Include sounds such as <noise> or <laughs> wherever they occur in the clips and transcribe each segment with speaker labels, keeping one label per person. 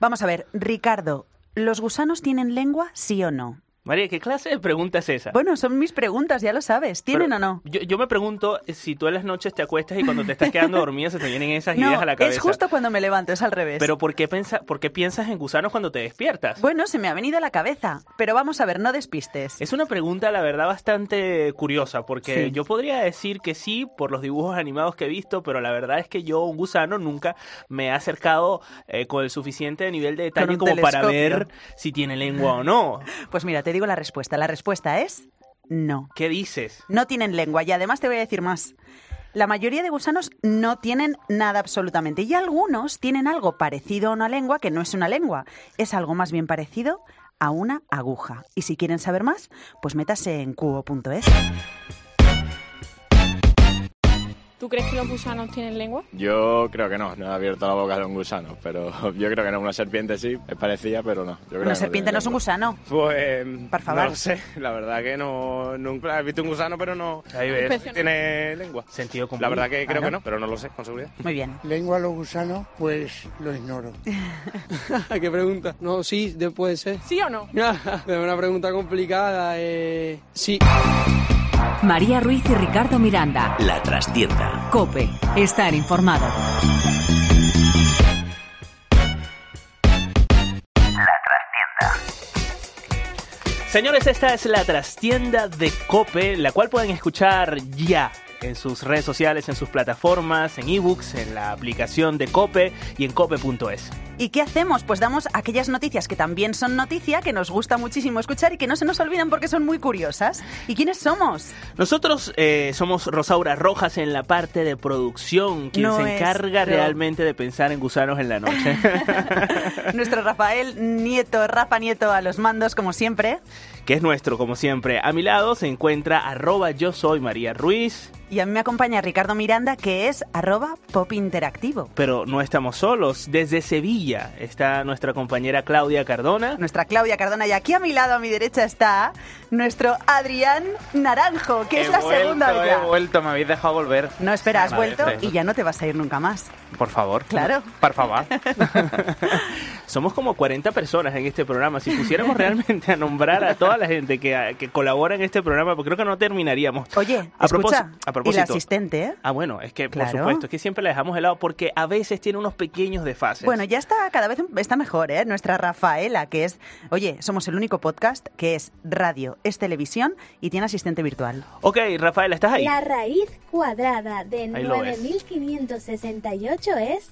Speaker 1: Vamos a ver, Ricardo, ¿los gusanos tienen lengua, sí o no?
Speaker 2: María, ¿qué clase de pregunta es esa?
Speaker 1: Bueno, son mis preguntas, ya lo sabes. ¿Tienen
Speaker 2: Pero
Speaker 1: o no?
Speaker 2: Yo, yo me pregunto si tú en las noches te acuestas y cuando te estás quedando dormida se te vienen esas
Speaker 1: <laughs> No,
Speaker 2: ideas a la cabeza.
Speaker 1: es justo cuando me levanto, es al revés.
Speaker 2: Pero ¿por qué, pensa- ¿por qué piensas en gusanos cuando te despiertas?
Speaker 1: Bueno, se me ha venido a la cabeza. Pero vamos a ver, no despistes.
Speaker 2: Es una pregunta, la verdad, bastante curiosa, porque
Speaker 1: Sí.
Speaker 2: yo podría decir que sí por los dibujos animados que he visto, pero la verdad es que yo, un gusano, nunca me he acercado eh, con el suficiente nivel de
Speaker 1: Con
Speaker 2: detalle
Speaker 1: un
Speaker 2: como para
Speaker 1: telescopio.
Speaker 2: ver si tiene lengua o no.
Speaker 1: Pues mira, te digo la respuesta. La respuesta es no.
Speaker 2: ¿Qué dices?
Speaker 1: No tienen lengua y además te voy a decir más. La mayoría de gusanos no tienen nada absolutamente y algunos tienen algo parecido a una lengua que no es una lengua, es algo más bien parecido a una aguja. Y si quieren saber más, pues métase en cubo.es.
Speaker 3: ¿Tú crees que los gusanos tienen lengua?
Speaker 4: Yo creo que no, no he abierto la boca de un gusano, pero <laughs> yo creo que no, una serpiente sí, es parecida, pero no. Yo creo que
Speaker 1: Una serpiente
Speaker 4: tiene
Speaker 1: no es un
Speaker 4: lengua.
Speaker 1: gusano.
Speaker 5: Pues.
Speaker 1: Por favor.
Speaker 5: No lo sé, <laughs> la verdad que no. Nunca he visto un gusano, pero no.
Speaker 2: Ahí ves.
Speaker 5: no sé si Tiene lengua.
Speaker 2: Sentido común.
Speaker 5: La verdad que creo
Speaker 1: Claro.
Speaker 5: que no, pero no lo sé, con seguridad.
Speaker 1: Muy bien.
Speaker 6: Lengua a los gusanos, pues lo ignoro.
Speaker 7: <laughs> ¿Qué pregunta? No, sí, de- puede ser. <laughs>
Speaker 3: ¿Sí o no?
Speaker 7: Es una pregunta complicada. eh, sí.
Speaker 8: María Ruiz y Ricardo Miranda.
Speaker 9: La trastienda.
Speaker 8: Cope. Estar informado.
Speaker 2: Señores, esta es la trastienda de Cope, la cual pueden escuchar ya en sus redes sociales, en sus plataformas, en ebooks, en la aplicación de Cope y en cope.es.
Speaker 1: ¿Y qué hacemos? Pues damos aquellas noticias que también son noticia, que nos gusta muchísimo escuchar y que no se nos olvidan porque son muy curiosas. ¿Y quiénes somos?
Speaker 2: Nosotros eh, somos Rosaura Rojas en la parte de producción, quien
Speaker 1: No
Speaker 2: se
Speaker 1: es
Speaker 2: encarga
Speaker 1: Ro.
Speaker 2: realmente de pensar en gusanos en la noche. <laughs>
Speaker 1: Nuestro Rafael Nieto, Rafa Nieto a los mandos, como siempre.
Speaker 2: que es nuestro, como siempre. A mi lado se encuentra arroba yo soy María Ruiz,
Speaker 1: Y a mí me acompaña Ricardo Miranda, que es arroba pop interactivo.
Speaker 2: pero no estamos solos. Desde Sevilla está nuestra compañera Claudia Cardona.
Speaker 1: Nuestra Claudia Cardona y aquí a mi lado, a mi derecha, está nuestro Adrián Naranjo, que es la segunda vez. ya.
Speaker 10: vuelto, me habéis dejado volver.
Speaker 1: No, espera, has
Speaker 10: Vale,
Speaker 1: vuelto
Speaker 10: perfecto.
Speaker 1: y ya no te vas a ir nunca más.
Speaker 10: Por favor.
Speaker 1: Claro.
Speaker 10: Por favor.
Speaker 2: Somos como 40 personas en este programa. Si pusiéramos realmente a nombrar a toda la gente que, a- que colabora en este programa, pues creo que no terminaríamos.
Speaker 1: Oye,
Speaker 2: A
Speaker 1: escucha,
Speaker 2: propósito- a
Speaker 1: y la
Speaker 2: propósito.
Speaker 1: asistente, ¿eh?
Speaker 2: Ah, bueno, es que
Speaker 1: Claro.
Speaker 2: por supuesto, es que siempre la dejamos de lado porque a veces tiene unos pequeños desfases.
Speaker 1: Bueno, ya está, cada vez está mejor, ¿eh? Nuestra Rafaela, que es, oye, somos el único podcast que es radio, es televisión y tiene asistente virtual.
Speaker 2: Ok, Rafael, ¿estás ahí?
Speaker 11: La raíz cuadrada de
Speaker 2: Ahí lo ves.
Speaker 11: 9568 es...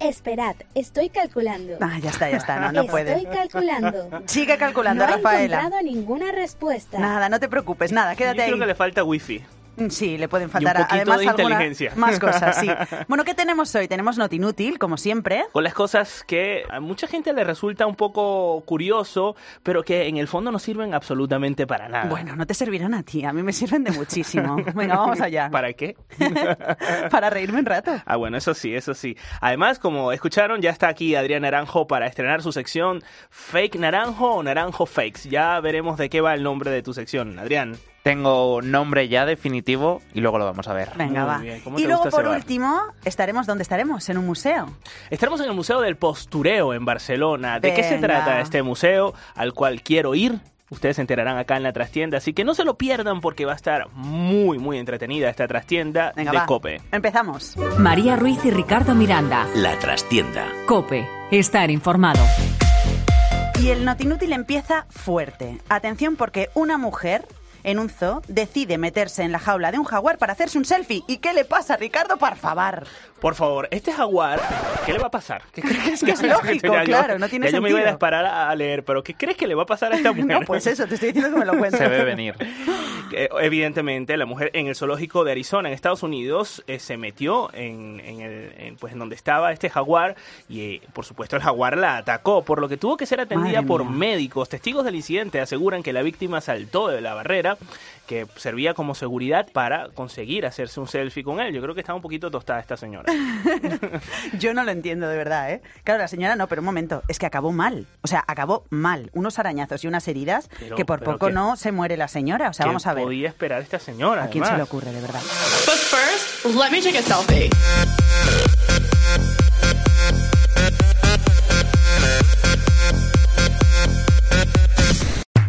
Speaker 11: Esperad, estoy calculando.
Speaker 1: Ah, ya está, ya está, no, no
Speaker 11: estoy
Speaker 1: puede.
Speaker 11: calculando.
Speaker 1: Sigue <laughs> calculando,
Speaker 11: no he
Speaker 1: Rafaela.
Speaker 11: encontrado ninguna respuesta.
Speaker 1: Nada, no te preocupes, nada, quédate
Speaker 2: Yo creo
Speaker 1: ahí.
Speaker 2: que le falta wifi.
Speaker 1: Mm, Sí, le pueden faltar
Speaker 2: Y un poquito
Speaker 1: además
Speaker 2: de
Speaker 1: alguna-
Speaker 2: inteligencia.
Speaker 1: más cosas,
Speaker 2: <laughs>
Speaker 1: sí. Bueno, ¿qué tenemos hoy? Tenemos Notinútil, como siempre.
Speaker 2: Con las cosas que a mucha gente le resulta un poco curioso, pero que en el fondo no sirven absolutamente para nada.
Speaker 1: Bueno, no te servirán a ti, a mí me sirven de muchísimo.
Speaker 2: <laughs>
Speaker 1: Venga, vamos allá.
Speaker 2: ¿Para qué?
Speaker 1: Para reírme un rato.
Speaker 2: Ah, bueno, eso sí, eso sí. Además, como escucharon, ya está aquí Adrián Naranjo para estrenar su sección Fake Naranjo o Naranjo Fakes. Ya veremos de qué va el nombre de tu sección, Adrián.
Speaker 10: Tengo nombre ya definitivo y luego lo vamos
Speaker 2: <laughs>
Speaker 10: a ver.
Speaker 1: Venga,
Speaker 2: Muy
Speaker 1: va.
Speaker 2: bien, ¿cómo
Speaker 1: y
Speaker 2: te
Speaker 1: luego,
Speaker 2: gusta
Speaker 1: por
Speaker 2: cebar?
Speaker 1: último, estaremos donde estaremos, en un museo.
Speaker 2: Estaremos en el Museo del Postureo en Barcelona. ¿De qué se
Speaker 1: Venga.
Speaker 2: trata este museo al cual quiero ir? Ustedes se enterarán acá en la trastienda, así que no se lo pierdan porque va a estar muy, muy entretenida esta trastienda
Speaker 1: Venga,
Speaker 2: de
Speaker 1: va.
Speaker 2: Cope.
Speaker 1: Empezamos.
Speaker 8: María Ruiz y Ricardo Miranda.
Speaker 9: La trastienda.
Speaker 8: Cope. Estar informado.
Speaker 1: Y el notinútil empieza fuerte. Atención porque una mujer en un zoo decide meterse en la jaula de un jaguar para hacerse un selfie. ¿Y qué le pasa, Ricardo? Por favor.
Speaker 2: <laughs> Por favor, este jaguar, ¿qué le va a pasar? ¿Qué crees
Speaker 1: Es lógico,
Speaker 2: Ya yo-
Speaker 1: claro, no tiene
Speaker 2: ya Yo me iba a
Speaker 1: sentido.
Speaker 2: disparar a a leer, pero ¿qué crees que le va a pasar
Speaker 1: <laughs>
Speaker 2: a esta mujer?
Speaker 1: No, pues eso, te estoy diciendo que me lo cuentes.
Speaker 10: Se ve venir.
Speaker 2: Eh, Evidentemente, la mujer en el zoológico de Arizona, en Estados Unidos, eh, se metió en, en el, en, pues, en donde estaba este jaguar y, eh, por supuesto, el jaguar la atacó, por lo que tuvo que ser atendida
Speaker 1: Madre
Speaker 2: por
Speaker 1: mía.
Speaker 2: médicos. Testigos del incidente aseguran que la víctima saltó de la barrera que servía como seguridad para conseguir hacerse un selfie con él. Yo creo que estaba un poquito tostada esta señora.
Speaker 1: Yo no lo entiendo, de verdad, ¿eh? Claro, la señora no, pero un momento, es que acabó mal. O sea, acabó mal. Unos arañazos y unas heridas
Speaker 2: Pero-
Speaker 1: que por
Speaker 2: pero
Speaker 1: poco
Speaker 2: qué-
Speaker 1: no se muere la señora. O sea,
Speaker 2: ¿Qué
Speaker 1: vamos a ver.
Speaker 2: podía esperar esta señora?
Speaker 1: ¿A quién se le
Speaker 2: además?
Speaker 1: ocurre, de verdad?
Speaker 3: But first, let me take a selfie.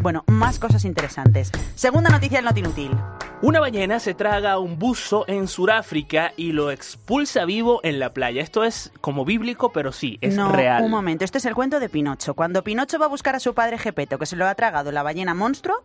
Speaker 1: Bueno, más cosas interesantes. Segunda noticia del Notinútil.
Speaker 2: Una ballena se traga a un buzo en Sudáfrica y lo expulsa vivo en la playa. Esto es como bíblico, pero sí, es
Speaker 1: no,
Speaker 2: real.
Speaker 1: un momento. Este es el cuento de Pinocho. Cuando Pinocho va a buscar a su padre Gepeto, que se lo ha tragado la ballena monstruo,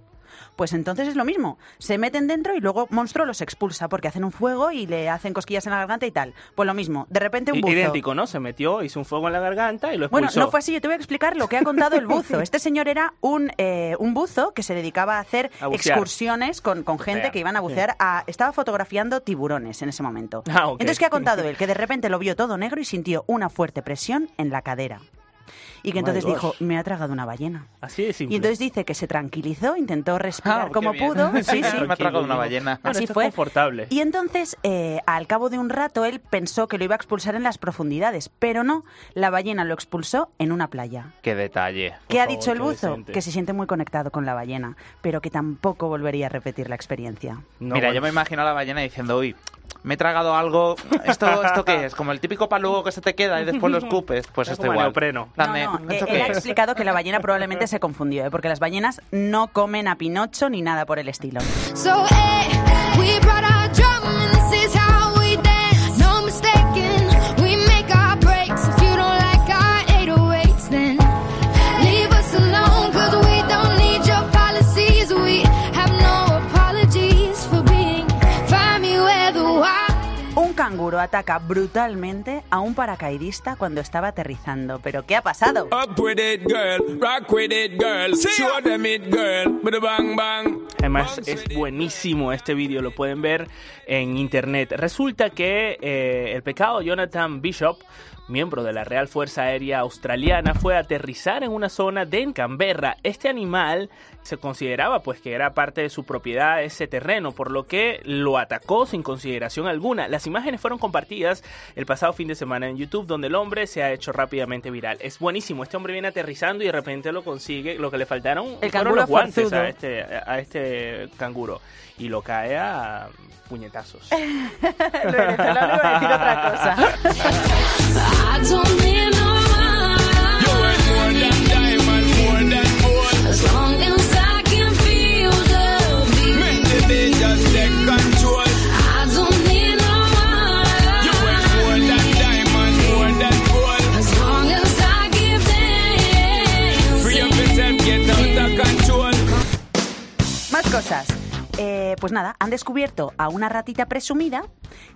Speaker 1: pues entonces es lo mismo. Se meten dentro y luego monstruo los expulsa porque hacen un fuego y le hacen cosquillas en la garganta y tal. Pues lo mismo. De repente un
Speaker 2: I-
Speaker 1: buzo.
Speaker 2: Idéntico, ¿no? Se metió, hizo un fuego en la garganta y lo
Speaker 1: Bueno,
Speaker 2: expulsó.
Speaker 1: no fue así, yo te voy a explicar lo que ha contado el
Speaker 2: <laughs>
Speaker 1: buzo. Este señor era un, eh, un buzo que se dedicaba a hacer
Speaker 2: A bucear.
Speaker 1: excursiones con, con gente
Speaker 2: Bucear,
Speaker 1: que iban a bucear. a- estaba fotografiando tiburones en ese momento.
Speaker 2: Ah, ok.
Speaker 1: Entonces, ¿qué ha contado
Speaker 2: <laughs>
Speaker 1: él? Que de repente lo vio todo negro y sintió una fuerte presión en la cadera. Y que
Speaker 2: Oh My
Speaker 1: entonces
Speaker 2: gosh.
Speaker 1: dijo, me ha tragado una ballena.
Speaker 2: Así de simple.
Speaker 1: Y entonces dice que se tranquilizó, intentó respirar
Speaker 10: Ah,
Speaker 1: como
Speaker 10: qué
Speaker 2: <laughs>
Speaker 10: bien.
Speaker 1: pudo. Sí, sí.
Speaker 10: Me ha tragado una ballena.
Speaker 2: Bueno,
Speaker 1: Así
Speaker 2: esto es
Speaker 1: fue.
Speaker 2: confortable.
Speaker 1: Y entonces, eh, al cabo de un rato, él pensó que lo iba a expulsar en las profundidades, pero no, la ballena lo expulsó en una playa.
Speaker 10: Qué detalle.
Speaker 1: ¿Qué ha
Speaker 2: favor,
Speaker 1: dicho el
Speaker 2: qué
Speaker 1: buzo?
Speaker 2: decente.
Speaker 1: Que se siente muy conectado con la ballena, pero que tampoco volvería a repetir la experiencia.
Speaker 2: No,
Speaker 10: Mira,
Speaker 2: bueno.
Speaker 10: yo me imagino a la ballena diciendo, uy, me he tragado algo. ¿Esto, esto qué es? Como el típico palugo que se te queda y
Speaker 2: <laughs>
Speaker 10: después lo escupes. Pues
Speaker 2: Es
Speaker 10: esto
Speaker 2: como
Speaker 10: igual.
Speaker 2: neopreno.
Speaker 10: Dame,
Speaker 1: No, no, eh,
Speaker 10: ¿esto
Speaker 1: él
Speaker 10: qué
Speaker 1: ha
Speaker 10: es?
Speaker 1: explicado que la ballena probablemente se confundió, ¿eh? porque las ballenas no comen a Pinocho ni nada por el estilo.
Speaker 3: So, hey, we brought our drum and this is how we dance. No mistaken, we make our breaks. If you don't like our 808s, then leave us alone. Cause we don't need your policies. We have no apologies for being. Find me where the wild.
Speaker 1: Un canguro ataca brutalmente a un paracaidista cuando estaba aterrizando. ¿Pero qué ha <laughs> pasado?
Speaker 2: Además, es buenísimo este vídeo, lo pueden ver en internet. Resulta que eh, el pecado Jonathan Bishop, miembro de la Real Fuerza Aérea Australiana, fue a aterrizar en una zona de Canberra. Este animal se consideraba pues que era parte de su propiedad ese terreno, por lo que lo atacó sin consideración alguna. Las imágenes fueron compartidas el pasado fin de semana en YouTube, donde el hombre se ha hecho rápidamente viral. Es buenísimo, este hombre viene aterrizando y de repente lo consigue, lo que le faltaron
Speaker 1: El
Speaker 2: el
Speaker 1: canguro
Speaker 2: los guantes
Speaker 1: forzudo.
Speaker 2: a este, a este canguro y lo cae a <laughs> puñetazos.
Speaker 1: Lo venezolano iba a decir otra cosa.
Speaker 3: I don't need no money. As long as I can feel the beat. I don't need no money. As long as I keep
Speaker 1: <laughs>
Speaker 3: dancing.
Speaker 1: Más cosas. Eh, pues nada, han descubierto a una ratita presumida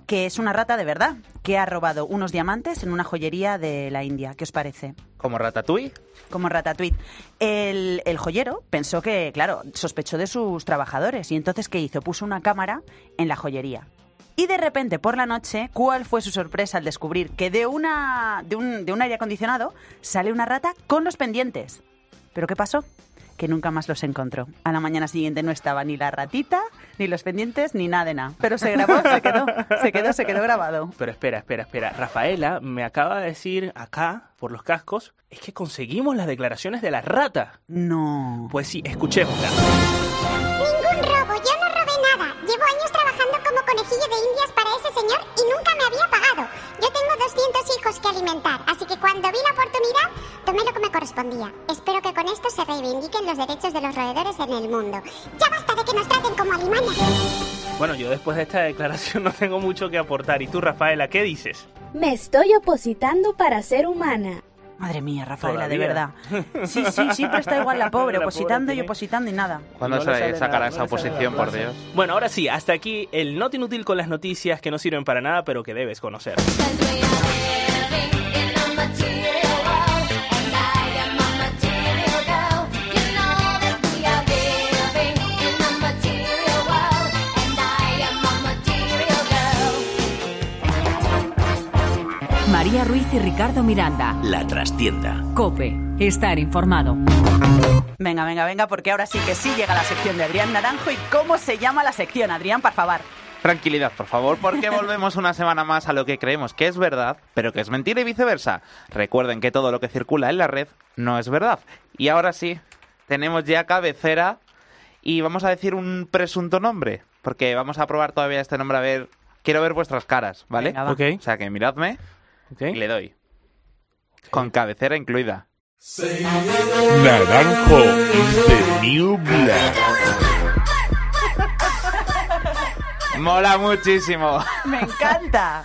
Speaker 1: que es una rata de verdad, que ha robado unos diamantes en una joyería de la India. ¿Qué os parece?
Speaker 10: Como ratatouille.
Speaker 1: Como Ratatouille. El, el joyero pensó que, claro, sospechó de sus trabajadores y entonces, ¿qué hizo? Puso una cámara en la joyería. Y de repente, por la noche, ¿cuál fue su sorpresa al descubrir que de, una, de, un, de un aire acondicionado sale una rata con los pendientes? ¿Pero qué pasó? Que nunca más los encontró. A la mañana siguiente no estaba ni la ratita, ni los pendientes, ni nada de nada. Pero se grabó, se quedó, se quedó, se quedó
Speaker 2: <laughs>
Speaker 1: grabado.
Speaker 2: Pero espera, espera, espera. Rafaela me acaba de decir acá, por los cascos, es que conseguimos las declaraciones de la rata.
Speaker 1: No.
Speaker 2: Pues sí, escuchémosla.
Speaker 12: Ningún robo, yo no robé nada. Llevo años trabajando como conejillo de indias para ese señor y nunca me había pagado. Yo tengo 200 hijos que alimentar, así que cuando vi la oportunidad, tomé lo que me correspondía. Espero que con esto se reivindiquen los derechos de los roedores en el mundo. Ya basta de que nos traten como alimañas.
Speaker 2: Bueno, yo después de esta declaración <laughs> no tengo mucho que aportar. ¿Y tú, Rafaela, qué dices?
Speaker 11: Me estoy opositando para ser humana.
Speaker 1: Madre mía, Rafaela, de
Speaker 2: Todavía.
Speaker 1: verdad. Sí,
Speaker 2: <laughs>
Speaker 1: sí, siempre está igual la pobre,
Speaker 2: La pobre
Speaker 1: opositando y
Speaker 2: tiene-
Speaker 1: opositando y nada.
Speaker 10: ¿Cuándo
Speaker 2: No le
Speaker 10: se
Speaker 2: sale
Speaker 10: sacará
Speaker 2: nada,
Speaker 10: esa
Speaker 2: no le sale
Speaker 10: oposición,
Speaker 2: nada.
Speaker 10: por Dios?
Speaker 2: Bueno, ahora sí, hasta aquí el Not Inútil con las noticias que no sirven para nada, pero que debes conocer.
Speaker 8: María Ruiz y Ricardo Miranda.
Speaker 9: La trastienda.
Speaker 8: Cope. Estar informado.
Speaker 1: Venga, venga, venga, porque ahora sí que sí llega la sección de Adrián Naranjo. ¿Y cómo se llama la sección, Adrián, por favor?
Speaker 10: Tranquilidad, por favor, porque volvemos una semana más a lo que creemos que es verdad, pero que es mentira y viceversa. Recuerden que todo lo que circula en la red no es verdad. Y ahora sí, tenemos ya cabecera y vamos a decir un presunto nombre, porque vamos a probar todavía este nombre a ver. Quiero ver vuestras caras, ¿vale?
Speaker 1: Venga, va.
Speaker 2: Ok.
Speaker 10: O sea que miradme
Speaker 2: Ok.
Speaker 10: y le doy. Con cabecera incluida.
Speaker 13: Naranjo is the new black.
Speaker 1: <laughs>
Speaker 10: Mola muchísimo.
Speaker 1: Me encanta.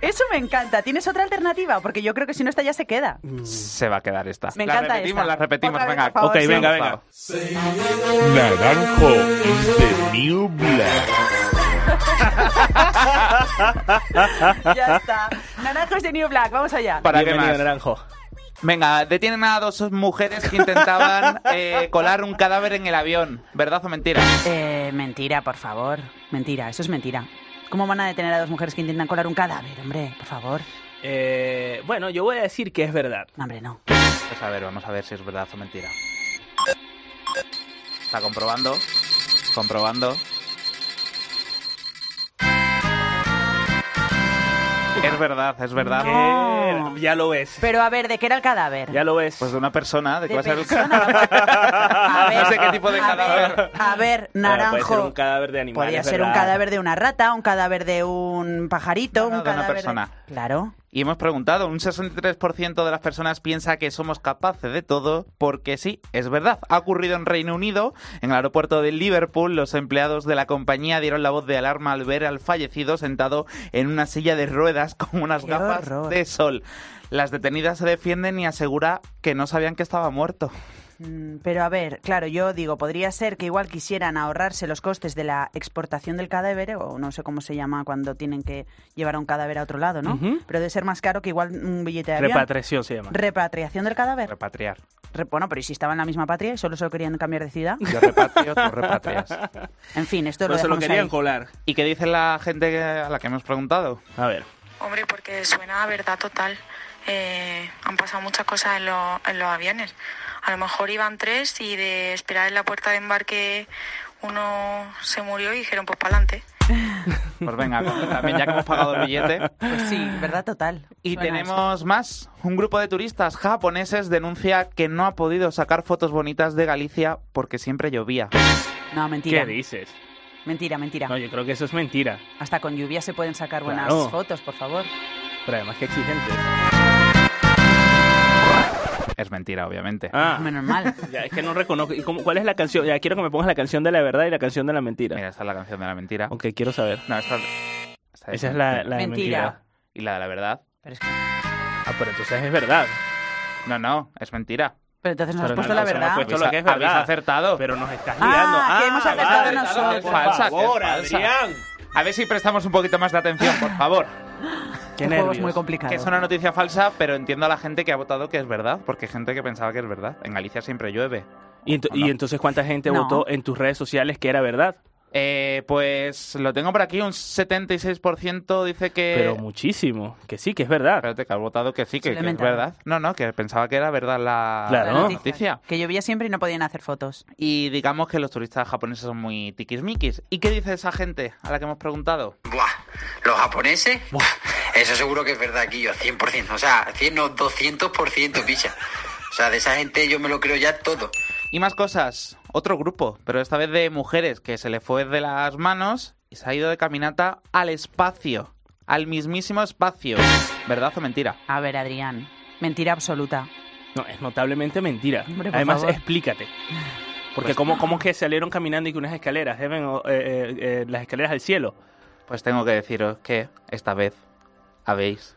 Speaker 1: Eso me encanta. ¿Tienes otra alternativa? Porque yo creo que si no, esta ya se
Speaker 2: <laughs>
Speaker 1: queda.
Speaker 10: Se va a quedar esta.
Speaker 1: Me encanta
Speaker 10: La repetimos,
Speaker 1: esta.
Speaker 10: la repetimos.
Speaker 1: Otra vez,
Speaker 10: venga,
Speaker 1: por favor, sí.
Speaker 13: Naranjo is the new black.
Speaker 1: ya está. Naranjo es de New Black. Vamos allá.
Speaker 10: ¿Para qué más?
Speaker 2: Naranjo.
Speaker 10: Venga, detienen a dos mujeres que intentaban eh, colar un cadáver en el avión. ¿Verdad o mentira?
Speaker 1: Eh, mentira, por favor. Mentira, eso es mentira. ¿Cómo van a detener a dos mujeres que intentan colar un cadáver, hombre? Por favor.
Speaker 2: Eh, bueno, yo voy a decir que es verdad.
Speaker 1: Hombre, no.
Speaker 10: Pues a ver, vamos a ver si es verdad o mentira. Está comprobando. Comprobando. Es verdad, es verdad.
Speaker 1: No.
Speaker 2: Ya lo ves.
Speaker 1: Pero a ver, ¿de qué era el cadáver?
Speaker 2: Ya lo ves. Ah,
Speaker 10: Pues de una persona, de qué
Speaker 1: De
Speaker 10: va a ser el
Speaker 1: persona.
Speaker 10: No sé qué tipo de cadáver.
Speaker 1: A ver,
Speaker 2: Bueno, puede ser
Speaker 1: naranjo.
Speaker 2: un cadáver de animal.
Speaker 1: Podría
Speaker 2: es
Speaker 1: ser un
Speaker 2: verdad.
Speaker 1: cadáver de una rata, un cadáver de un pajarito, un
Speaker 10: de una
Speaker 1: cadáver de-
Speaker 10: persona.
Speaker 1: Claro.
Speaker 10: Y hemos preguntado, un 63% de las personas piensa que somos capaces de todo, porque sí, es verdad. Ha ocurrido en Reino Unido, en el aeropuerto de Liverpool, los empleados de la compañía dieron la voz de alarma al ver al fallecido sentado en una silla de ruedas <laughs> con unas gafas de sol. Las detenidas se defienden y asegura que no sabían que estaba muerto.
Speaker 1: Mm, Pero a ver, claro, yo digo, podría ser que igual quisieran ahorrarse los costes de la exportación del cadáver, o no sé cómo se llama cuando tienen que llevar a un cadáver a otro lado, ¿no?
Speaker 2: Ujú.
Speaker 1: Pero debe ser más caro que igual un billete de avión.
Speaker 2: Repatriación se llama.
Speaker 1: Repatriación del cadáver.
Speaker 10: Repatriar.
Speaker 1: Re- bueno, pero ¿y si estaban en la misma patria y solo se lo querían cambiar de ciudad?
Speaker 10: Yo repatrio, tú repatrias.
Speaker 1: En fin,
Speaker 10: <laughs>
Speaker 1: esto
Speaker 10: No
Speaker 1: lo
Speaker 10: Pues se lo
Speaker 1: dejamos
Speaker 10: querían
Speaker 1: ahí.
Speaker 2: colar.
Speaker 10: <laughs> ¿Y qué dice la gente a la que hemos preguntado?
Speaker 2: A ver.
Speaker 14: Hombre, porque suena a verdad total. Eh, han pasado muchas cosas en, lo- en los aviones. A lo mejor iban tres y de esperar en la puerta de embarque uno se murió y dijeron pues pa'lante.
Speaker 10: Pues venga, <laughs> también ya que hemos pagado el billete.
Speaker 1: Pues sí, verdad total.
Speaker 10: Y
Speaker 1: Suena
Speaker 10: tenemos más. Un grupo de turistas japoneses denuncia que no ha podido sacar fotos bonitas de Galicia porque siempre llovía.
Speaker 1: eso. No, mentira.
Speaker 2: ¿Qué dices?
Speaker 1: Mentira, mentira.
Speaker 2: No, yo creo que eso es mentira.
Speaker 1: Hasta con lluvia se pueden sacar buenas
Speaker 2: Claro.
Speaker 1: fotos, por favor.
Speaker 2: Pero además que exigente.
Speaker 10: Es mentira, obviamente.
Speaker 2: Ah.
Speaker 1: Menos mal.
Speaker 2: Ya, es que no reconozco. ¿Y cómo- ¿Cuál es la canción? Ya quiero que me pongas la canción de la verdad y la canción de la mentira.
Speaker 10: Mira, esta es la canción de la mentira.
Speaker 2: Ok, quiero saber.
Speaker 10: No, esta, esta
Speaker 2: Esa es la, la de mentira.
Speaker 1: Mentira.
Speaker 10: ¿Y la de la verdad?
Speaker 1: Pero, es-
Speaker 2: Ah, pero entonces es verdad.
Speaker 10: No, no, es mentira.
Speaker 1: pero entonces nos has
Speaker 2: Pero
Speaker 1: puesto
Speaker 2: no,
Speaker 1: la
Speaker 2: se me ha
Speaker 1: verdad.
Speaker 2: puesto lo
Speaker 10: Habéis-
Speaker 2: que es
Speaker 10: habéis
Speaker 2: verdad.
Speaker 10: acertado.
Speaker 2: Pero nos estás
Speaker 1: Ah,
Speaker 2: liando.
Speaker 1: que hemos acertado
Speaker 2: vale,
Speaker 1: nosotros.
Speaker 2: Por
Speaker 10: Falsa, que es
Speaker 2: favor,
Speaker 10: falsa.
Speaker 2: Adrián.
Speaker 10: A ver si prestamos un poquito más de atención, por
Speaker 1: <laughs>
Speaker 10: favor.
Speaker 1: Este juego es muy complicado.
Speaker 10: Que es una noticia falsa, pero entiendo a la gente que ha votado que es verdad, porque hay gente que pensaba que es verdad. En Galicia siempre llueve.
Speaker 2: ¿Y, ento-
Speaker 10: ¿O no?
Speaker 2: y entonces cuánta gente
Speaker 1: No.
Speaker 2: votó en tus redes sociales que era verdad?
Speaker 10: Eh, pues lo tengo por aquí, un 76% dice que... Ah,
Speaker 2: Pero muchísimo. Que sí, que es verdad.
Speaker 10: Espérate, que has votado que sí, que,
Speaker 1: Se lo he
Speaker 10: que es
Speaker 1: inventado.
Speaker 10: verdad. No, no, que pensaba que era verdad la,
Speaker 2: Claro.
Speaker 10: la noticia.
Speaker 1: Que llovía siempre y no podían hacer fotos.
Speaker 10: Y digamos que los turistas japoneses son muy tiquismiquis. ¿Y qué dice esa gente a la que hemos preguntado?
Speaker 15: Buah, los japoneses, eso seguro que es verdad, Guillo, 100%, o sea, 100, no, 200%, picha. O sea, de esa gente yo me lo creo ya todo.
Speaker 10: Y más cosas. Otro grupo, pero esta vez de mujeres, que se le fue de las manos y se ha ido de caminata al espacio. Al mismísimo espacio. ¿Verdad o mentira?
Speaker 1: A ver, Adrián. Mentira absoluta.
Speaker 2: No, es notablemente mentira.
Speaker 1: Hombre, por
Speaker 2: Además,
Speaker 1: favor.
Speaker 2: explícate. Porque
Speaker 10: Pues-
Speaker 2: ¿cómo, cómo es que salieron caminando y que unas escaleras, Deben, eh, eh, eh, las escaleras al cielo.
Speaker 10: Pues tengo que deciros que esta vez habéis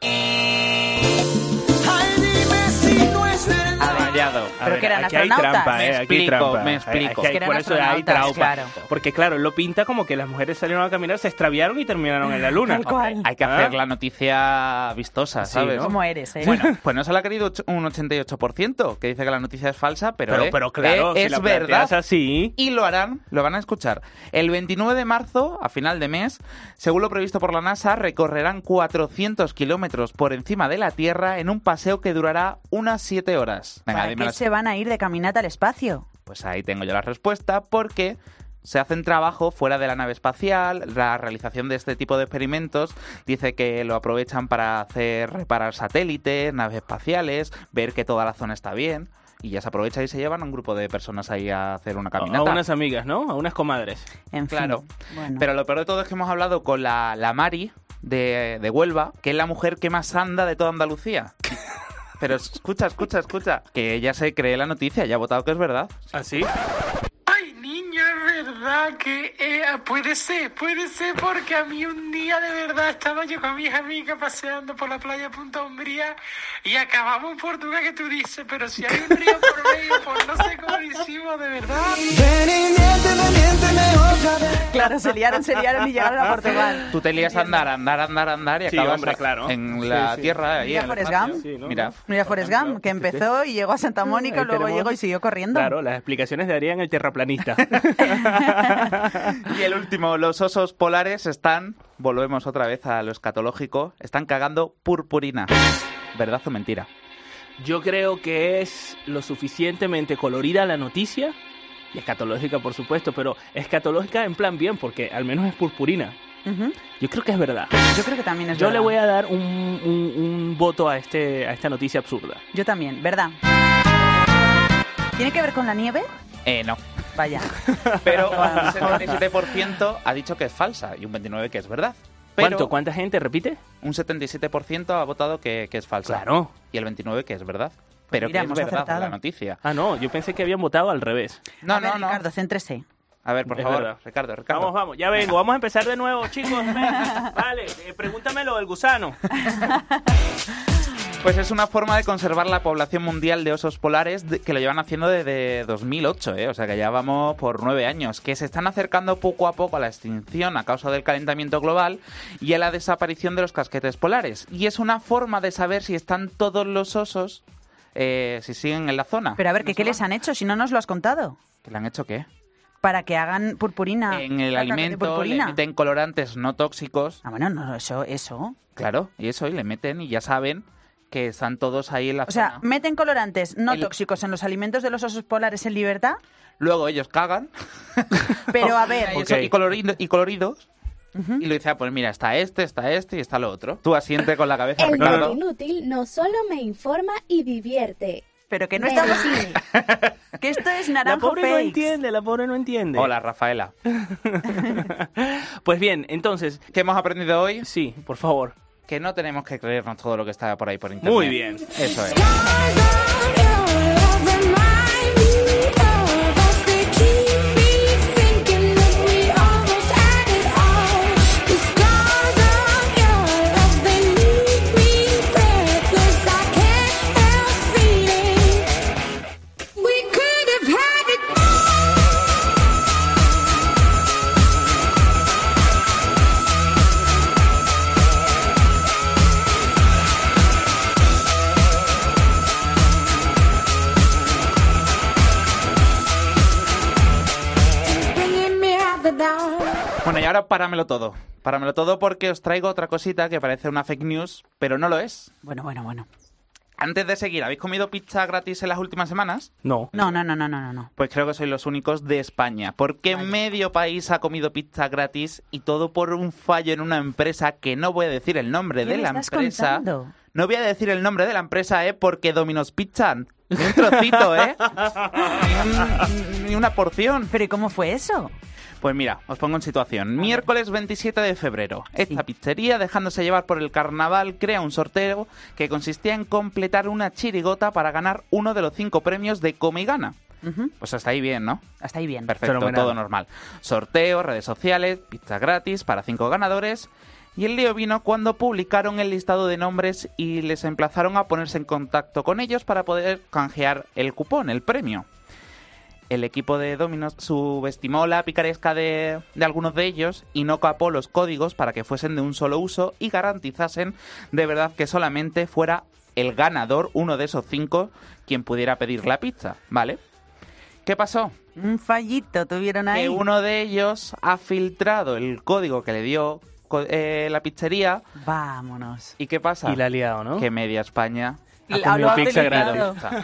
Speaker 2: Ah,
Speaker 10: fallado.
Speaker 1: Pero que eran
Speaker 2: aquí hay
Speaker 1: astronautas.
Speaker 2: trampa,
Speaker 10: Me
Speaker 2: eh, aquí hay
Speaker 10: explico,
Speaker 2: trampa.
Speaker 10: me
Speaker 1: Es
Speaker 2: Aquí
Speaker 10: explico.
Speaker 1: que
Speaker 2: hay-
Speaker 1: eran
Speaker 2: por eso hay
Speaker 1: astronautas,
Speaker 2: trampa.
Speaker 1: claro.
Speaker 2: Porque claro, lo pinta como que las mujeres salieron a caminar, se extraviaron y terminaron en la luna.
Speaker 1: Tal cual.
Speaker 10: Hay que
Speaker 2: ¿Ah?
Speaker 10: hacer la noticia vistosa,
Speaker 2: Sí,
Speaker 10: ¿sabes?
Speaker 2: ¿no?
Speaker 1: ¿Cómo eres, eh?
Speaker 10: Bueno, pues no se lo ha querido och- un 88%, que dice que la noticia es falsa, pero,
Speaker 2: Pero,
Speaker 10: eh,
Speaker 2: pero claro,
Speaker 10: eh,
Speaker 2: si
Speaker 10: es
Speaker 2: la planteas
Speaker 10: verdad.
Speaker 2: así.
Speaker 10: Y lo harán, lo van a escuchar. El 29 de marzo, a final de mes, según lo previsto por la NASA, recorrerán 400 kilómetros por encima de la Tierra en un paseo que durará unas 7 horas. <laughs> Venga,
Speaker 1: ¿Para
Speaker 10: dime
Speaker 1: qué
Speaker 10: las-
Speaker 1: se van a ir de caminata al espacio?
Speaker 10: Pues ahí tengo yo la respuesta, porque se hacen trabajo fuera de la nave espacial, la realización de este tipo de experimentos dice que lo aprovechan para hacer reparar satélites, naves espaciales, ver que toda la zona está bien. Y ya se aprovecha y se llevan a un grupo de personas ahí a hacer una
Speaker 2: A
Speaker 10: caminata.
Speaker 2: unas amigas, ¿no? A unas comadres.
Speaker 1: En fin.
Speaker 10: Claro.
Speaker 1: Bueno.
Speaker 10: Pero lo peor de todo es que hemos hablado con la, la Mari de, de Huelva, que es la mujer que más anda de toda Andalucía. Pero escucha, escucha, escucha. Que ella se cree la noticia, ya ha votado que es verdad.
Speaker 2: ¿Así?
Speaker 16: Ay, niño, es verdad que eh, puede ser, puede ser, porque a mí un día de verdad estaba yo con mis amigas paseando por la playa Punta Umbría y acabamos en Portugal que tú dices, pero si hay un río por medio, pues no sé cómo lo hicimos, de verdad.
Speaker 1: Claro, se liaron, se liaron y llegaron
Speaker 2: <laughs>
Speaker 1: a Portugal.
Speaker 10: Tú te lías a andar, andar, andar, andar y
Speaker 1: Sí,
Speaker 10: acabas
Speaker 1: hombre,
Speaker 10: a-
Speaker 1: claro.
Speaker 10: en la
Speaker 1: Sí, sí.
Speaker 10: tierra. Ahí,
Speaker 1: Mira
Speaker 10: en el
Speaker 1: Forrest
Speaker 10: espacio.
Speaker 1: Gump.
Speaker 10: Mira.
Speaker 1: Mira Forrest Gump, que empezó y llegó a Santa Mónica,
Speaker 2: Mm, Ahí
Speaker 1: luego
Speaker 2: tenemos-
Speaker 1: llegó y siguió corriendo.
Speaker 2: Claro, las explicaciones darían el terraplanista.
Speaker 10: <laughs> Y el último, los osos polares están, volvemos otra vez a lo escatológico, están cagando purpurina. ¿Verdad o mentira?
Speaker 2: Yo creo que es lo suficientemente colorida la noticia, y escatológica por supuesto, pero escatológica en plan bien, porque al menos es purpurina.
Speaker 1: Ujú.
Speaker 2: Yo creo que es verdad.
Speaker 1: Yo creo que también es
Speaker 2: Yo le
Speaker 1: verdad.
Speaker 2: voy a dar un, un- un voto a, este, a esta noticia absurda.
Speaker 1: Yo también, ¿verdad? ¿Tiene que ver con la nieve?
Speaker 10: Eh, no.
Speaker 1: Vaya. <laughs>
Speaker 10: Pero un 77% ha dicho que es falsa y un 29% que es verdad.
Speaker 2: ¿Cuánto? ¿Cuánta gente repite?
Speaker 10: Un 77% ha votado que, que es falsa.
Speaker 2: Claro.
Speaker 10: Y el 29% que es verdad. Pero
Speaker 1: Pues mira,
Speaker 10: que es
Speaker 1: hemos
Speaker 10: verdad
Speaker 1: acertado.
Speaker 10: la noticia.
Speaker 2: Ah, no, yo pensé que habían votado al revés.
Speaker 10: No,
Speaker 1: no, Ricardo, céntrese.
Speaker 10: A ver, por
Speaker 2: Es
Speaker 10: favor,
Speaker 2: verdad.
Speaker 10: Ricardo, Ricardo.
Speaker 2: Vamos, vamos, ya vengo, vamos a empezar de
Speaker 1: <laughs>
Speaker 2: nuevo, chicos. venga. Vale, eh, pregúntame lo del gusano.
Speaker 10: Pues es una forma de conservar la población mundial de osos polares de- que lo llevan haciendo desde 2008, ¿eh? o sea que ya vamos por nueve años, que se están acercando poco a poco a la extinción a causa del calentamiento global y a la desaparición de los casquetes polares. Y es una forma de saber si están todos los osos, eh, si siguen en la zona.
Speaker 1: Pero a ver, ¿qué, qué les han hecho si no nos lo has contado?
Speaker 10: ¿Que le han hecho qué?
Speaker 1: Para que hagan purpurina.
Speaker 10: En el
Speaker 1: caca Ah, de
Speaker 10: alimento le
Speaker 1: Purpurina.
Speaker 10: meten colorantes no tóxicos.
Speaker 1: Ah, bueno, no, eso, eso.
Speaker 10: Claro, y eso, y le meten y ya saben que están todos ahí en la
Speaker 1: O
Speaker 10: zona.
Speaker 1: sea, meten colorantes no tóxicos en los alimentos de los osos polares en libertad,
Speaker 10: Luego ellos cagan.
Speaker 1: pero a ver,
Speaker 10: y, eso, y colorido- y coloridos. Y lo dice, ah, pues mira, está este, está este y está lo otro. Tú asiente con la cabeza,
Speaker 11: El
Speaker 10: Ricardo.
Speaker 11: dato inútil no solo me informa y divierte.
Speaker 1: Pero que
Speaker 2: no estamos-
Speaker 1: que esto es
Speaker 2: La
Speaker 1: naranjo
Speaker 2: pobre no
Speaker 1: fake.
Speaker 2: entiende, la pobre no entiende.
Speaker 10: Hola, Rafaela.
Speaker 2: <laughs> Pues bien, entonces...
Speaker 10: ¿Qué hemos aprendido hoy?
Speaker 2: Sí, por favor.
Speaker 10: Que no tenemos que creernos todo lo que está por ahí por internet.
Speaker 2: Muy bien.
Speaker 10: Eso es. Bueno, y ahora páramelo todo. Páramelo todo porque os traigo otra cosita que parece una fake news, pero no lo es.
Speaker 1: Bueno, bueno, bueno.
Speaker 10: Antes de seguir, ¿habéis comido pizza gratis en las últimas semanas?
Speaker 2: No.
Speaker 1: No, no, no, no, no, no, no.
Speaker 10: Pues creo que sois los únicos de España. Porque medio país ha comido pizza gratis y todo por un fallo en una empresa que no voy a decir el nombre
Speaker 1: ¿Qué
Speaker 10: de
Speaker 1: me
Speaker 10: la
Speaker 1: estás
Speaker 10: empresa.
Speaker 1: contando?
Speaker 10: No voy a decir el nombre de la empresa, ¿eh? Porque Domino's Pizza. ni Un trocito, ¿eh? Ni un- Ni una porción.
Speaker 1: ¿Pero y cómo fue eso?
Speaker 10: Pues mira, os pongo en situación. Miércoles 27 de febrero. Esta pizzería, dejándose llevar por el carnaval, crea un sorteo que consistía en completar una chirigota para ganar uno de los cinco premios de Come y Gana.
Speaker 1: Ujú.
Speaker 10: Pues hasta ahí bien, ¿no?
Speaker 1: Hasta ahí bien.
Speaker 10: Perfecto,
Speaker 2: Fenomenal.
Speaker 10: todo normal. Sorteo, redes sociales, pizza gratis para cinco ganadores. Y el lío vino cuando publicaron el listado de nombres y les emplazaron a ponerse en contacto con ellos para poder canjear el cupón, el premio. El equipo de Dominos subestimó la picaresca de, de algunos de ellos y no capó los códigos para que fuesen de un solo uso y garantizasen de verdad que solamente fuera el ganador, uno de esos cinco, quien pudiera pedir la pizza, ¿vale? ¿Qué pasó?
Speaker 1: Un fallito tuvieron ahí.
Speaker 10: que uno de ellos ha filtrado el código que le dio co- eh, la pizzería.
Speaker 1: Vámonos.
Speaker 10: ¿Y qué pasa?
Speaker 2: Y la ha liado, ¿no?
Speaker 10: Que media España
Speaker 1: La- lo ha utilizado.
Speaker 17: <laughs>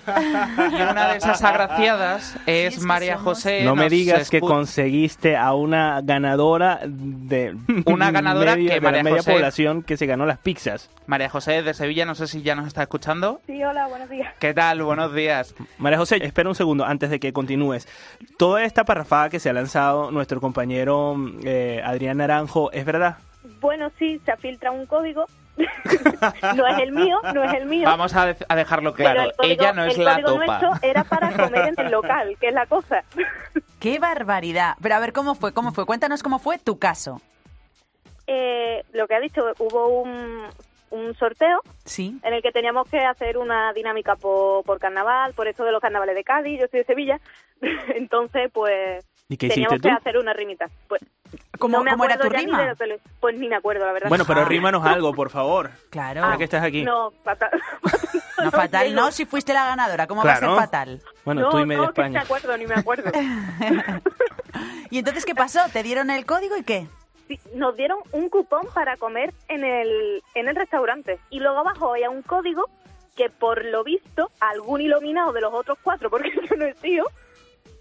Speaker 10: Y una de esas agraciadas es María José.
Speaker 2: No me
Speaker 10: nos
Speaker 2: digas que
Speaker 10: escu-
Speaker 2: conseguiste a una ganadora de
Speaker 10: <laughs> Una ganadora
Speaker 2: media-
Speaker 10: que
Speaker 2: de la
Speaker 10: María
Speaker 2: media
Speaker 10: José-
Speaker 2: población que se ganó las pizzas.
Speaker 10: María José de Sevilla, no sé si ya nos está escuchando.
Speaker 17: Sí, hola, buenos días.
Speaker 10: ¿Qué tal? Buenos días.
Speaker 2: María José, espera un segundo antes de que continúes. Toda esta parrafada que se ha lanzado nuestro compañero eh, Adrián Naranjo, ¿es verdad?
Speaker 17: Bueno, sí, se filtra un código <laughs> no es el mío, no es el mío.
Speaker 10: Vamos a, de- a dejarlo claro.
Speaker 17: Pero el código-
Speaker 10: Ella no es
Speaker 17: el
Speaker 10: la
Speaker 17: código
Speaker 10: topa.
Speaker 17: nuestro era
Speaker 10: <laughs>
Speaker 17: para comer en el local, que es la cosa.
Speaker 1: ¡Qué barbaridad! Pero a ver, ¿cómo fue? ¿Cómo fue? Cuéntanos cómo fue tu caso.
Speaker 17: Eh, lo que ha dicho, hubo un, un sorteo
Speaker 1: Sí.
Speaker 17: en el que teníamos que hacer una dinámica por, por carnaval, por esto de los carnavales de Cádiz, yo soy de Sevilla, <laughs> entonces pues
Speaker 2: ¿Y qué
Speaker 17: teníamos
Speaker 2: hiciste
Speaker 17: que
Speaker 2: tú?
Speaker 17: hacer una rimita. Pues,
Speaker 1: ¿Cómo-
Speaker 17: no me
Speaker 1: cómo era
Speaker 17: acuerdo
Speaker 1: tu
Speaker 17: ya ni
Speaker 1: rima?
Speaker 17: de lo que le- pues ni me acuerdo, la verdad. Ah,
Speaker 2: Bueno, pero rímanos algo, por favor.
Speaker 1: Claro.
Speaker 2: Ya que estás aquí.
Speaker 17: No, fatal. <laughs>
Speaker 1: No, fatal, no, si fuiste la ganadora, ¿cómo va a
Speaker 2: Claro.
Speaker 1: ser fatal?
Speaker 2: Bueno, tú y media
Speaker 17: no,
Speaker 2: España.
Speaker 17: No, me acuerdo, ni me acuerdo.
Speaker 1: ¿Y entonces qué pasó? ¿Te dieron el código y qué?
Speaker 17: Sí, nos dieron un cupón para comer en el, en el restaurante. Y luego abajo había un código que por lo visto a algún iluminado de los otros cuatro, porque <laughs> yo no he sido,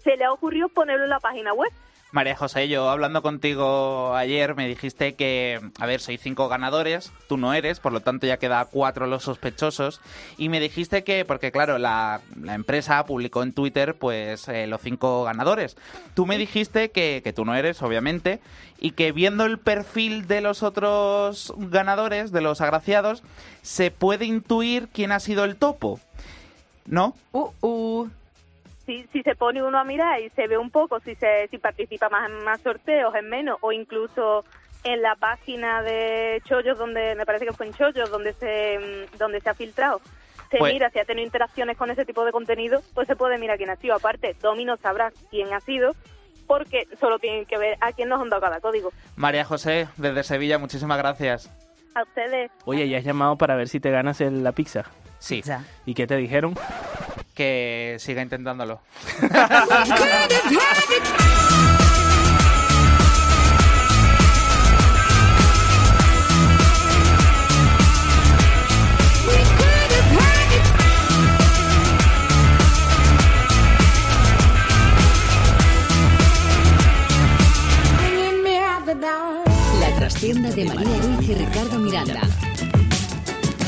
Speaker 17: se le ocurrió ponerlo en la página web.
Speaker 10: María José, yo hablando contigo ayer me dijiste que, a ver, soy cinco ganadores, tú no eres, por lo tanto ya queda cuatro los sospechosos, y me dijiste que, porque claro, la, la empresa publicó en Twitter pues eh, los cinco ganadores, tú me dijiste que, que tú no eres, obviamente, y que viendo el perfil de los otros ganadores, de los agraciados, se puede intuir quién ha sido el topo, ¿no?
Speaker 1: Uh, uh.
Speaker 17: Si, si se pone uno a mirar y se ve un poco, Pues si, se, si participa más en más sorteos, en menos, o incluso en la página de Chollos, donde me parece que fue en Chollos, donde se, mm, donde se ha filtrado. Se
Speaker 10: Pues-
Speaker 17: mira si ha tenido interacciones con ese tipo de contenido, pues se puede mirar quién ha sido. Aparte, Domino sabrá quién ha sido, porque solo tienen que ver a quién nos han dado cada código.
Speaker 10: María José, desde Sevilla, muchísimas gracias.
Speaker 17: A ustedes.
Speaker 2: Oye, ¿ya has llamado para ver si te ganas el- la pizza?
Speaker 10: Sí.
Speaker 2: ¿Y qué te dijeron?
Speaker 10: Que siga intentándolo.
Speaker 8: La trastienda de María Ruiz y Ricardo Miranda.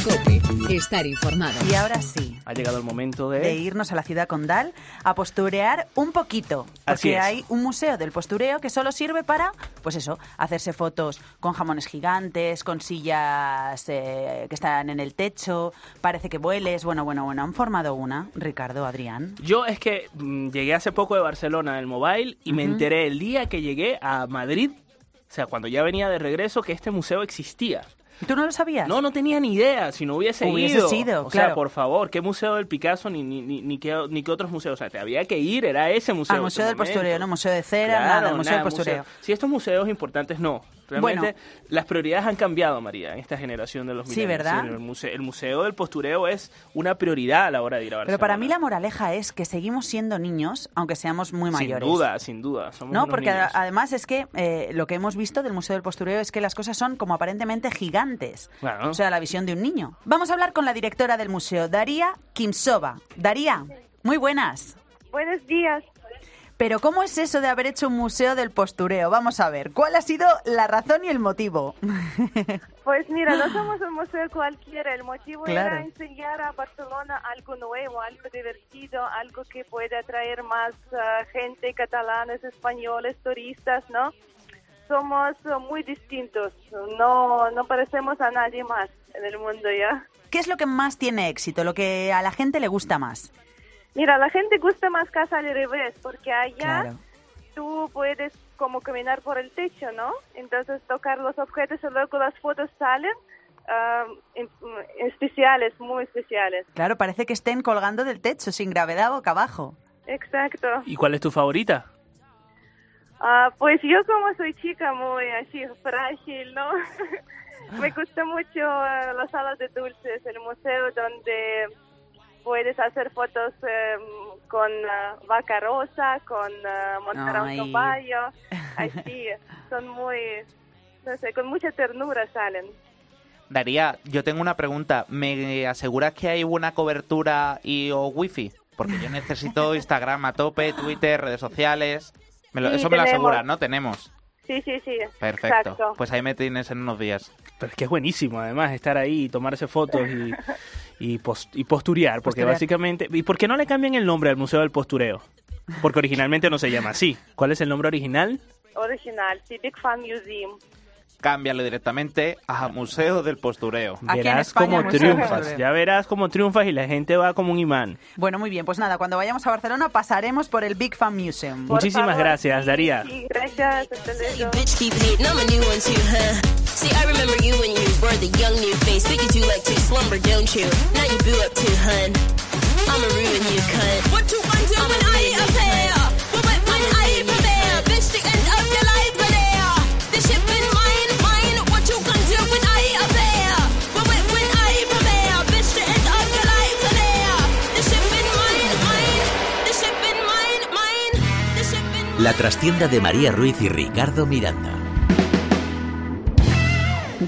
Speaker 8: Cope, estar informado.
Speaker 1: Y ahora sí.
Speaker 2: Ha llegado el momento de...
Speaker 1: De irnos a la ciudad condal a posturear un poquito. Porque
Speaker 2: Así es.
Speaker 1: hay un museo del postureo que solo sirve para, pues eso, hacerse fotos con jamones gigantes, con sillas eh, que están en el techo, parece que vueles. Bueno, bueno, bueno, han formado una, Ricardo, Adrián.
Speaker 2: Yo es que mm, llegué hace poco de Barcelona del Mobile y me
Speaker 1: Ujú.
Speaker 2: enteré el día que llegué a Madrid, o sea, cuando ya venía de regreso, que este museo existía.
Speaker 1: ¿Tú no lo sabías?
Speaker 2: No, no tenía ni idea. Si no hubiese,
Speaker 1: Hubiese
Speaker 2: ido.
Speaker 1: sido,
Speaker 2: o
Speaker 1: claro.
Speaker 2: sea, por favor, ¿qué museo del Picasso ni, ni, ni, ni qué, ni qué otros museos? O sea, te había que ir, era ese museo.
Speaker 1: Al Ah, Museo del Postureo, no Museo de Cera,
Speaker 2: Claro,
Speaker 1: nada, el Museo
Speaker 2: nada,
Speaker 1: del Postureo.
Speaker 2: museo. Sí, estos museos importantes no. Realmente las prioridades han cambiado, María, en esta generación de los
Speaker 1: Sí,
Speaker 2: millennials.
Speaker 1: ¿verdad?
Speaker 2: el, museo, el museo del postureo es una prioridad a la hora de ir a Barcelona.
Speaker 1: Pero para mí la moraleja es que seguimos siendo niños, aunque seamos muy mayores.
Speaker 2: Sin duda, sin duda. Somos
Speaker 1: No,
Speaker 2: unos
Speaker 1: porque a-
Speaker 2: niños.
Speaker 1: además es que eh, lo que hemos visto del Museo del Postureo es que las cosas son como aparentemente gigantes.
Speaker 2: Claro.
Speaker 1: O sea, la visión de un niño. Vamos a hablar con la directora del museo, Daría Kimsova. Daría, muy buenas.
Speaker 18: Buenos días.
Speaker 1: Pero ¿cómo es eso de haber hecho un museo del postureo? Vamos a ver, ¿cuál ha sido la razón y el motivo?
Speaker 18: Pues mira, no somos un museo cualquiera. El motivo
Speaker 1: Claro.
Speaker 18: era enseñar a Barcelona algo nuevo, algo divertido, algo que pueda atraer más eh, gente, catalanes, españoles, turistas, ¿no? Somos eh, muy distintos. No, no parecemos a nadie más en el mundo ya.
Speaker 1: ¿Qué es lo que más tiene éxito? ¿Lo que a la gente le gusta más?
Speaker 18: Mira, la gente gusta más casa al revés, porque allá
Speaker 1: Claro.
Speaker 18: tú puedes como caminar por el techo, ¿no? Entonces tocar los objetos y luego las fotos salen ah, en- en- especiales, muy especiales.
Speaker 1: Claro, parece que estén colgando del techo, sin gravedad, boca abajo.
Speaker 18: Exacto.
Speaker 2: ¿Y cuál es tu favorita?
Speaker 18: Ah, pues yo como soy chica muy así frágil, ¿no? <laughs> Me gusta mucho eh, las salas de dulces, el museo donde puedes hacer fotos eh, con eh, vaca rosa, con eh, montar a un
Speaker 1: Ay.
Speaker 18: caballo, así, son muy, no sé, con mucha ternura salen.
Speaker 10: Daría, yo tengo una pregunta. ¿Me aseguras que hay buena cobertura y o wifi? Porque
Speaker 18: <laughs>
Speaker 10: yo necesito Instagram a tope, Twitter, redes sociales. Me lo-
Speaker 18: Sí,
Speaker 10: eso me lo
Speaker 18: tenemos.
Speaker 10: aseguras, ¿no? Tenemos.
Speaker 18: Sí, sí, sí.
Speaker 10: Perfecto.
Speaker 18: Exacto.
Speaker 10: Pues ahí me tienes en unos días.
Speaker 2: Pero es que es buenísimo, además, estar ahí y tomarse fotos y, y, pos- y posturear, porque
Speaker 1: Posturear.
Speaker 2: básicamente... ¿Y por qué no le cambian el nombre al Museo del Postureo? Porque originalmente no se llama así. ¿Cuál es el nombre original?
Speaker 18: Original, sí, Big Fan Museum.
Speaker 10: cámbialo directamente a Museo del Postureo.
Speaker 2: Verás cómo triunfas, ya verás cómo triunfas y la gente va como un imán.
Speaker 1: Bueno, muy bien, pues nada, cuando vayamos a Barcelona pasaremos por el Big Fan Museum.
Speaker 2: Muchísimas gracias, Daría.
Speaker 18: Gracias, hasta
Speaker 19: You bitch keep hating, I'm a new one too, huh? See, I remember you when you were the young new face. Look at you like two slumber, don't you? Now you boo up too, hun. I'ma ruin you, cunt. What you want to when I ain't up there? What when when I ain't prevail? Bitch, the end of your life are there. This shit been mine, mine. What you gonna do when I ain't up there? What when when I ain't prevail? Bitch, the end of your life are there. This shit been mine, mine. This shit been mine, mine. This shit been
Speaker 9: La trastienda de María Ruiz y Ricardo Miranda.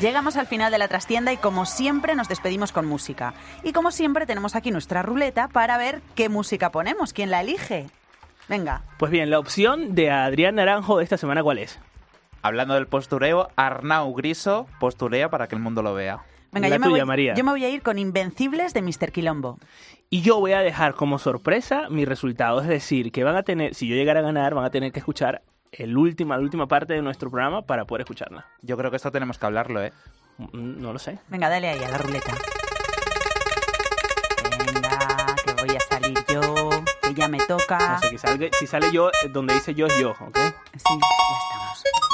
Speaker 1: Llegamos al final de la trastienda y como siempre nos despedimos con música. Y como siempre tenemos aquí nuestra ruleta para ver qué música ponemos, quién la elige. Venga,
Speaker 2: Pues bien, la opción de Adrián Naranjo de esta semana, ¿cuál es?
Speaker 10: Hablando del postureo, Arnau Griso posturea para que el mundo lo vea.
Speaker 1: venga, yo me, voy, yo me voy a ir con Invencibles de Mr. Quilombo.
Speaker 2: Y yo voy a dejar como sorpresa mi resultado, es decir, que van a tener, si yo llegara a ganar, van a tener que escuchar el última, la última parte de nuestro programa para poder escucharla. Mm,
Speaker 10: Yo creo que esto tenemos que hablarlo, ¿eh?
Speaker 2: No lo sé.
Speaker 1: Venga, dale ahí a la ruleta. Venga, que voy a salir yo, que ya me toca.
Speaker 2: No sé, que salga- si sale yo, eh, donde dice yo es yo, ¿ok?
Speaker 1: Sí,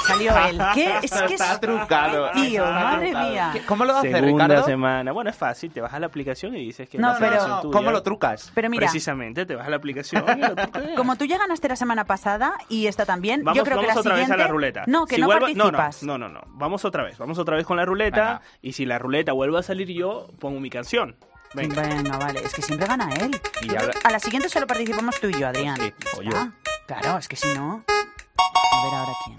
Speaker 1: Salió
Speaker 2: <laughs>
Speaker 1: él. ¿Qué? Es que
Speaker 10: Está
Speaker 1: es-
Speaker 10: trucado.
Speaker 1: Tío, madre mía.
Speaker 10: ¿Qué- ¿Cómo lo hace,
Speaker 2: Segunda
Speaker 10: Ricardo?
Speaker 2: semana. Bueno, es fácil. Te vas a la aplicación y dices que
Speaker 1: No,
Speaker 2: es la
Speaker 1: pero-
Speaker 2: solución tuya.
Speaker 10: ¿Cómo lo trucas?
Speaker 1: Pero mira.
Speaker 2: Precisamente, te vas a la aplicación.
Speaker 1: <laughs>
Speaker 2: y lo trucas.
Speaker 1: Como tú ya ganaste la semana pasada y esta también,
Speaker 2: Vamos,
Speaker 1: yo creo que
Speaker 2: vamos
Speaker 1: la
Speaker 2: otra
Speaker 1: siguiente...
Speaker 2: vez a la ruleta.
Speaker 1: No, que
Speaker 2: Si
Speaker 1: no
Speaker 2: vuelvo-
Speaker 1: participas.
Speaker 2: No, no, no, no. Vamos otra vez. Vamos otra vez con la ruleta. Y si la ruleta vuelve a salir yo, pongo mi canción. Venga.
Speaker 1: Bueno, vale, es que siempre gana él.
Speaker 2: Y ya habla-
Speaker 1: A la siguiente solo participamos tú y yo, Adrián.
Speaker 2: o yo.
Speaker 1: Ah, claro, es que si no. A ver ahora quién.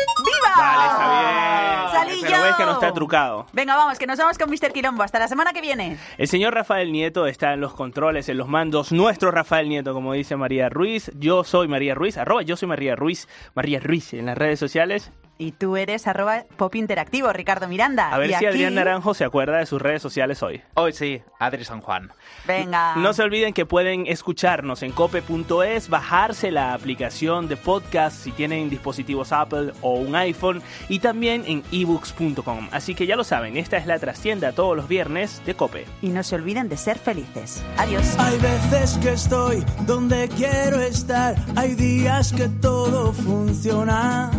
Speaker 2: Vale, está
Speaker 1: Ah, Salí
Speaker 2: bien. Pero ves que no
Speaker 1: yo.
Speaker 2: está trucado.
Speaker 1: Venga, vamos, que nos vamos con Mr. Quilombo. Hasta la semana que viene.
Speaker 2: El señor Rafael Nieto está en los controles, en los mandos. Nuestro Rafael Nieto, como dice María Ruiz. Yo soy María Ruiz. Arroba, yo soy María Ruiz. María Ruiz en las redes sociales.
Speaker 1: Y tú eres arroba pop interactivo, Ricardo Miranda.
Speaker 2: A ver
Speaker 1: Y
Speaker 2: si
Speaker 1: aquí-
Speaker 2: Adrián Naranjo se acuerda de sus redes sociales hoy.
Speaker 10: Hoy sí, Adri San Juan.
Speaker 1: Venga.
Speaker 2: No se olviden que pueden escucharnos en cope.es, bajarse la aplicación de podcast si tienen dispositivos Apple o un iPhone y también en ebooks.com. Así que ya lo saben, esta es la trastienda todos los viernes de Cope.
Speaker 1: Y no se olviden de ser felices. Adiós.
Speaker 20: Hay veces que estoy donde quiero estar, hay días que todo funciona,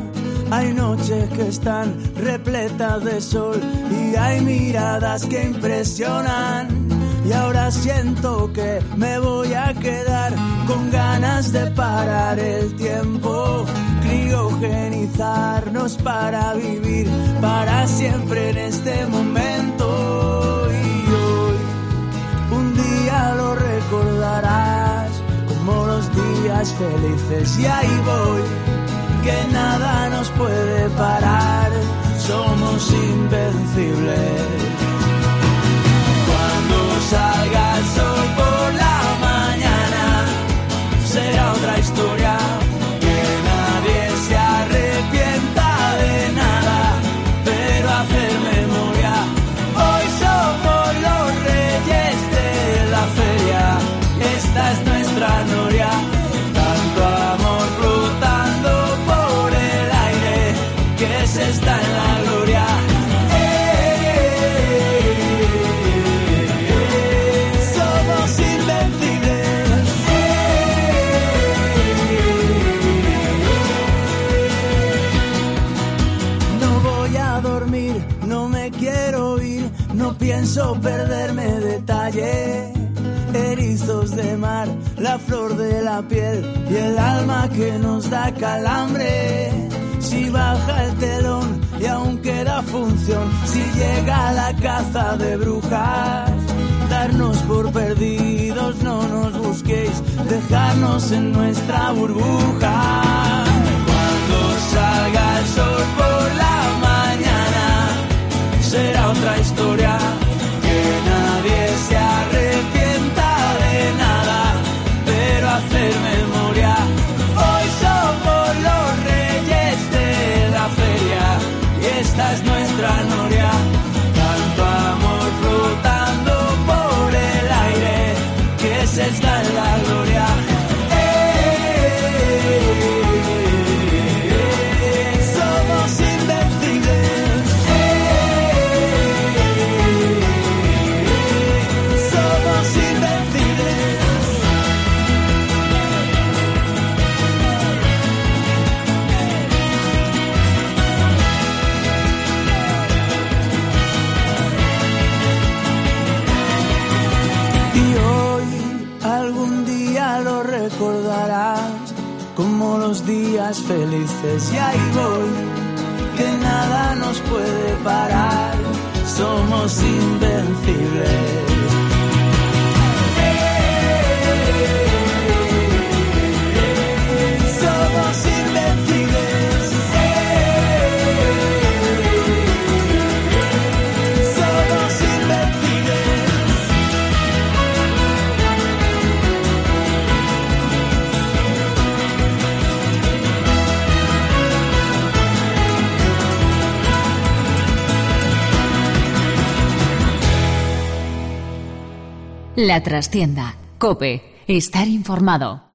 Speaker 20: hay noches que están repletas de sol y hay miradas que impresionan. Y ahora siento que me voy a quedar con ganas de parar el tiempo, criogenizarnos para vivir para siempre en este momento. Y hoy un día lo recordarás como los días felices y ahí voy, que nada nos puede parar, somos invencibles. Cuando salga el sol por la mañana, será otra historia, que nadie se arrepienta de nada, pero hacer memoria Hoy somos los reyes de la feria, esta es nuestra noria. Tanto amor flotando por el aire, que se está en la gloria. Eh, eh, eh, eh, Somos invencibles. No voy a dormir, no me quiero ir, no pienso perderme detalle. Erizos de mar, la flor de la piel y el alma que nos da calambre. Si baja el telón y aún queda función, si llega la caza de brujas, darnos por perdidos, no nos busquéis, dejarnos en nuestra burbuja. Cuando salga el sol por la mañana, será otra historia. Que nadie se arrepienta de nada, pero hacer memoria. Hoy somos los reyes de la feria y esta es nuestra noria. Tanto amor flotando por el aire que se está en la gloria. Eh, Somos invencibles. Eh, día lo recordarás como los días felices. Y ahí voy, que nada nos puede parar, somos invencibles. Somos invencibles. Somos invencibles.
Speaker 8: La trastienda. Cope. Estar informado.